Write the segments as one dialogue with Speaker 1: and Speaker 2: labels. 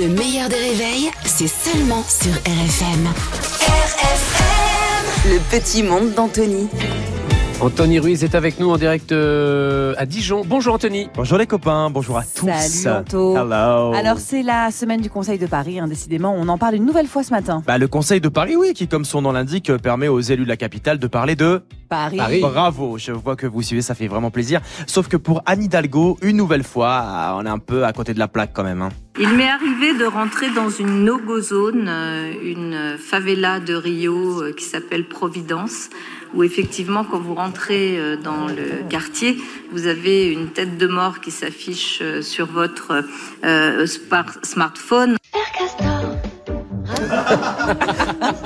Speaker 1: Le meilleur des réveils, c'est seulement sur RFM. RFM Le petit monde d'Anthony.
Speaker 2: Anthony Ruiz est avec nous en direct euh, à Dijon. Bonjour Anthony.
Speaker 3: Bonjour les copains, bonjour à tous.
Speaker 4: Salut Anto.
Speaker 3: Hello.
Speaker 4: Alors c'est la semaine du Conseil de Paris, hein, décidément, on en parle une nouvelle fois ce matin.
Speaker 3: Bah, le Conseil de Paris, oui, qui, comme son nom l'indique, permet aux élus de la capitale de parler de
Speaker 4: Paris.
Speaker 2: Paris.
Speaker 3: Bravo, je vois que vous suivez, ça fait vraiment plaisir. Sauf que pour Anne Hidalgo, une nouvelle fois, ah, on est un peu à côté de la plaque quand même. hein.
Speaker 5: Il m'est arrivé de rentrer dans une no-go zone, euh, une favela de Rio euh, qui s'appelle Providence, où effectivement, quand vous rentrez euh, dans le quartier, vous avez une tête de mort qui s'affiche euh, sur votre euh, spar- smartphone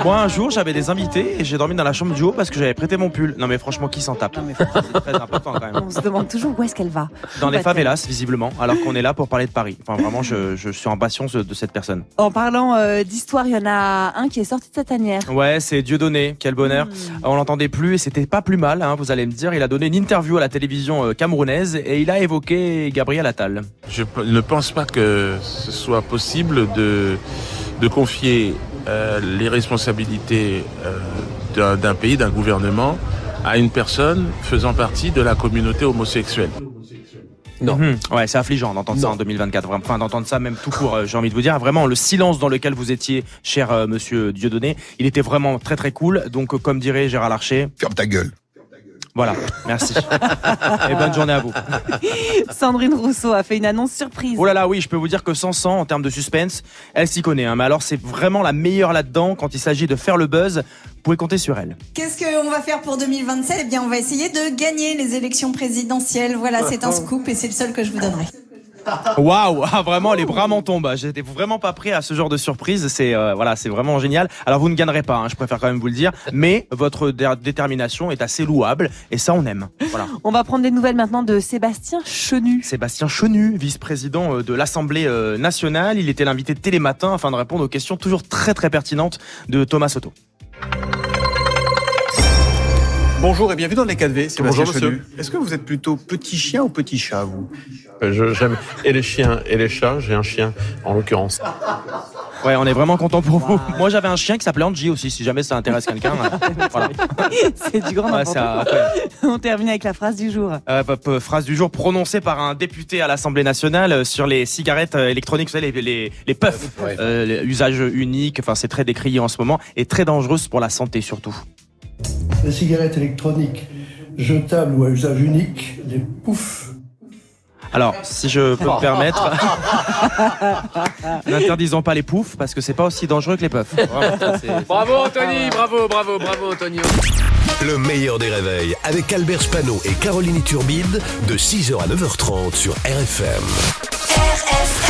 Speaker 3: Moi, un jour, j'avais des invités et j'ai dormi dans la chambre du haut parce que j'avais prêté mon pull. Non, mais franchement, qui s'en tape
Speaker 4: Non, mais faut-
Speaker 3: C'est très important quand même.
Speaker 4: on se demande toujours où est-ce qu'elle va.
Speaker 3: Dans les
Speaker 4: Pas tellement.
Speaker 3: favelas, visiblement, alors qu'on est là pour parler de Paris. Enfin, vraiment, je, je suis en passion ce- de cette personne.
Speaker 4: En parlant euh, d'histoire, il y en a un qui est sorti de sa tanière.
Speaker 3: Ouais, c'est Dieudonné, quel bonheur. On l'entendait plus et c'était pas plus mal, hein, vous allez me dire. Il a donné une interview à la télévision euh, camerounaise et il a évoqué Gabriel Attal.
Speaker 6: Je p- ne pense pas que ce soit possible de, de confier euh, les responsabilités euh, d'un- d'un pays, d'un gouvernement, à une personne faisant partie de la communauté homosexuelle.
Speaker 2: Non.
Speaker 3: Mhm. Ouais, c'est affligeant d'entendre ça
Speaker 2: Non.
Speaker 3: en 2024. vraiment. Enfin, d'entendre ça même tout court, euh, j'ai envie de vous dire. Vraiment, le silence dans lequel vous étiez, cher euh, monsieur Dieudonné, il était vraiment très très cool. Donc, euh, comme dirait Gérard Larcher,
Speaker 7: Ferme ta gueule.
Speaker 3: voilà, merci. et bonne journée à vous.
Speaker 4: Sandrine Rousseau a fait une annonce surprise.
Speaker 3: Oh là là, oui, je peux vous dire que Sansan, en termes de suspense, elle s'y connaît. hein. Mais alors, c'est vraiment la meilleure là-dedans quand il s'agit de faire le buzz. Vous pouvez compter sur elle.
Speaker 8: Qu'est-ce qu'on va faire pour 2027 Eh bien, on va essayer de gagner les élections présidentielles. Voilà, c'est un scoop et c'est le seul que je vous donnerai.
Speaker 3: Waouh, ah, vraiment les bras m'en tombent. hein. J'étais vraiment pas prêt à ce genre de surprise. C'est euh, voilà, c'est vraiment génial. Alors vous ne gagnerez pas, hein, je préfère quand même vous le dire, mais votre dé- détermination est assez louable et ça on aime. Voilà.
Speaker 4: On va prendre des nouvelles maintenant de Sébastien Chenu.
Speaker 3: Sébastien Chenu, vice-président euh, de l'Assemblée euh, nationale, il était l'invité de Télématin afin de répondre aux questions toujours très très pertinentes de Thomas Soto.
Speaker 9: Bonjour et bienvenue dans les 4V. Sébastien
Speaker 6: Bonjour,
Speaker 9: Chenu.
Speaker 6: monsieur.
Speaker 9: Est-ce que vous êtes plutôt petit chien ou petit chat, vous
Speaker 6: Euh, je- J'aime et les chiens et les chats. J'ai un chien en l'occurrence.
Speaker 3: Ouais, on est vraiment content pour vous. Moi j'avais un chien qui s'appelait Angie aussi, si jamais ça intéresse quelqu'un. hein. voilà.
Speaker 4: C'est du grand
Speaker 3: Ouais,
Speaker 4: n'importe
Speaker 3: c'est un-
Speaker 4: quoi.
Speaker 3: incroyable.
Speaker 4: On termine avec la phrase du jour.
Speaker 3: Euh, p- p- phrase du jour prononcée par un député à l'Assemblée nationale euh, sur les cigarettes euh, électroniques, vous savez, les, les, les puffs,
Speaker 2: Ouais.
Speaker 3: Euh, les- usage unique, enfin c'est très décrié en ce moment et très dangereuse pour la santé surtout.
Speaker 10: les cigarettes électroniques jetables ou à usage unique, les poufs
Speaker 3: Alors, si je peux me permettre, n'interdisons pas les poufs parce que c'est pas aussi dangereux que les puffs. Vraiment, ça, c'est-
Speaker 2: Bravo Anthony, bravo, bravo, bravo Anthony.
Speaker 7: Le meilleur des réveils avec Albert Spano et Caroline Turbide de 6h à 9h30 sur RFM.
Speaker 1: RFM